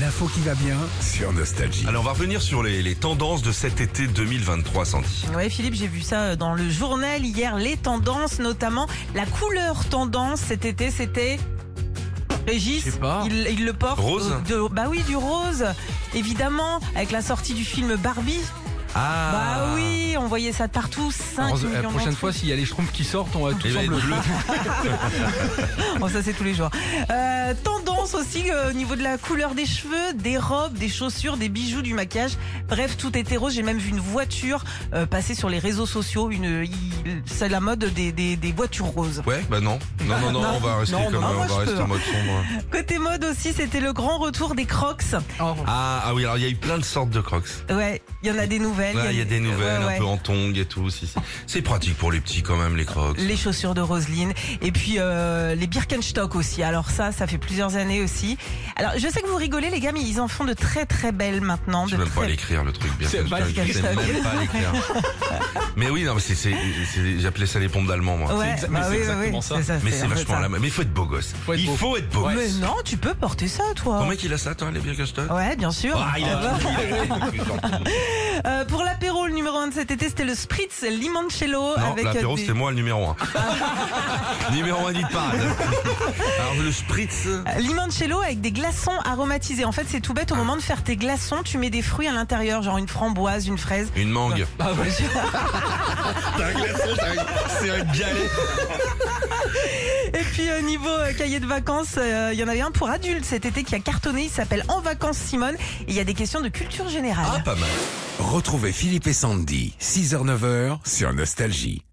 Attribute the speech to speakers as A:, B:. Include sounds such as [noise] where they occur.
A: l'info qui va bien.
B: sur Nostalgie.
C: Alors on va revenir sur les, les tendances de cet été 2023, Sandy.
D: Ouais, Philippe, j'ai vu ça euh, dans le journal hier, les tendances, notamment la couleur tendance cet été, c'était. Régis,
E: Je sais pas.
D: Il, il le porte.
C: Rose
D: de- Bah oui, du rose, évidemment, avec la sortie du film Barbie.
E: Ah
D: Bah oui, on voyait ça de partout. 5
E: Alors,
D: millions
E: la prochaine
D: d'entrées.
E: fois, s'il y a les schtroumpfs qui sortent, on va
C: Eh
E: tous
C: ben,
E: en bleu.
C: bleu.
D: Bon, ça c'est tous les jours. Euh, tendance aussi euh, au niveau de la couleur des cheveux, des robes, des chaussures, des bijoux, du maquillage. Bref, tout était rose. J'ai même vu une voiture euh, passer sur les réseaux sociaux. Une, il- c'est la mode des, des, des voitures roses.
C: Ouais, bah non. Non, non, non, on va rester
D: non,
C: comme
D: non,
C: on
D: moi,
C: va
D: je
C: rester
D: peux.
C: en mode sombre.
D: Côté mode aussi, c'était le grand retour des crocs.
E: Oh.
C: Ah, ah oui, alors il y a eu plein de sortes de crocs.
D: Ouais, il y en a des nouvelles.
C: Là, il y a des nouvelles,
D: ouais,
C: un
D: ouais.
C: peu en tongue et tout. si, si. C'est pratique pour les petits quand même, les crocs.
D: Les chaussures de Roselyne et puis euh, les Birkenstock aussi. Alors ça, ça fait plusieurs années aussi. Alors je sais que vous rigolez les gars, mais ils en font de très très belles maintenant.
C: Je
D: de
C: sais même pas
D: très-
C: l'écrire le truc bien
E: C'est
C: sûr,
E: pas
C: je sais
D: l'écrire,
C: même pas l'écrire. Mais oui, non, mais c'est, c'est, c'est- j'appelais ça les pompes d'allemand moi.
D: Ouais,
E: exa-
D: bah
E: mais c'est
D: oui, oui,
E: exactement
D: oui,
E: ça.
C: Mais
D: en
C: c'est
D: fait
C: vachement
D: ça.
C: la même. Mais il faut être beau gosse.
E: Faut être
C: il
E: beau.
C: faut être beau.
E: Ouais.
D: Mais non, tu peux porter ça, toi.
C: Comment il a ça toi, les Birkenstock
D: Ouais, bien sûr.
C: Ah, il a
D: Euh,
C: tout, il a- il a tout.
D: euh, pour l'apéro, le numéro 1 de cet été, c'était le Spritz Limoncello.
C: Non,
D: avec euh,
C: l'apéro,
D: des-
C: c'est moi le numéro
D: [laughs]
C: 1. numéro 1 du parade. Alors, le spritz.
D: Limoncello avec des glaçons aromatisés. En fait, c'est tout bête. Au moment de faire tes glaçons, tu mets des fruits à l'intérieur, genre une framboise, une fraise.
C: Une mangue.
E: Ah ouais.
C: C'est un galet.
D: Et puis, au niveau euh, cahier de vacances, euh, il y en avait un pour adultes cet été qui a cartonné. Il s'appelle En vacances Simone. Et il y a des questions de culture générale.
C: Ah, pas mal.
B: Retrouvez Philippe et Sandy, 6h-9h sur Nostalgie.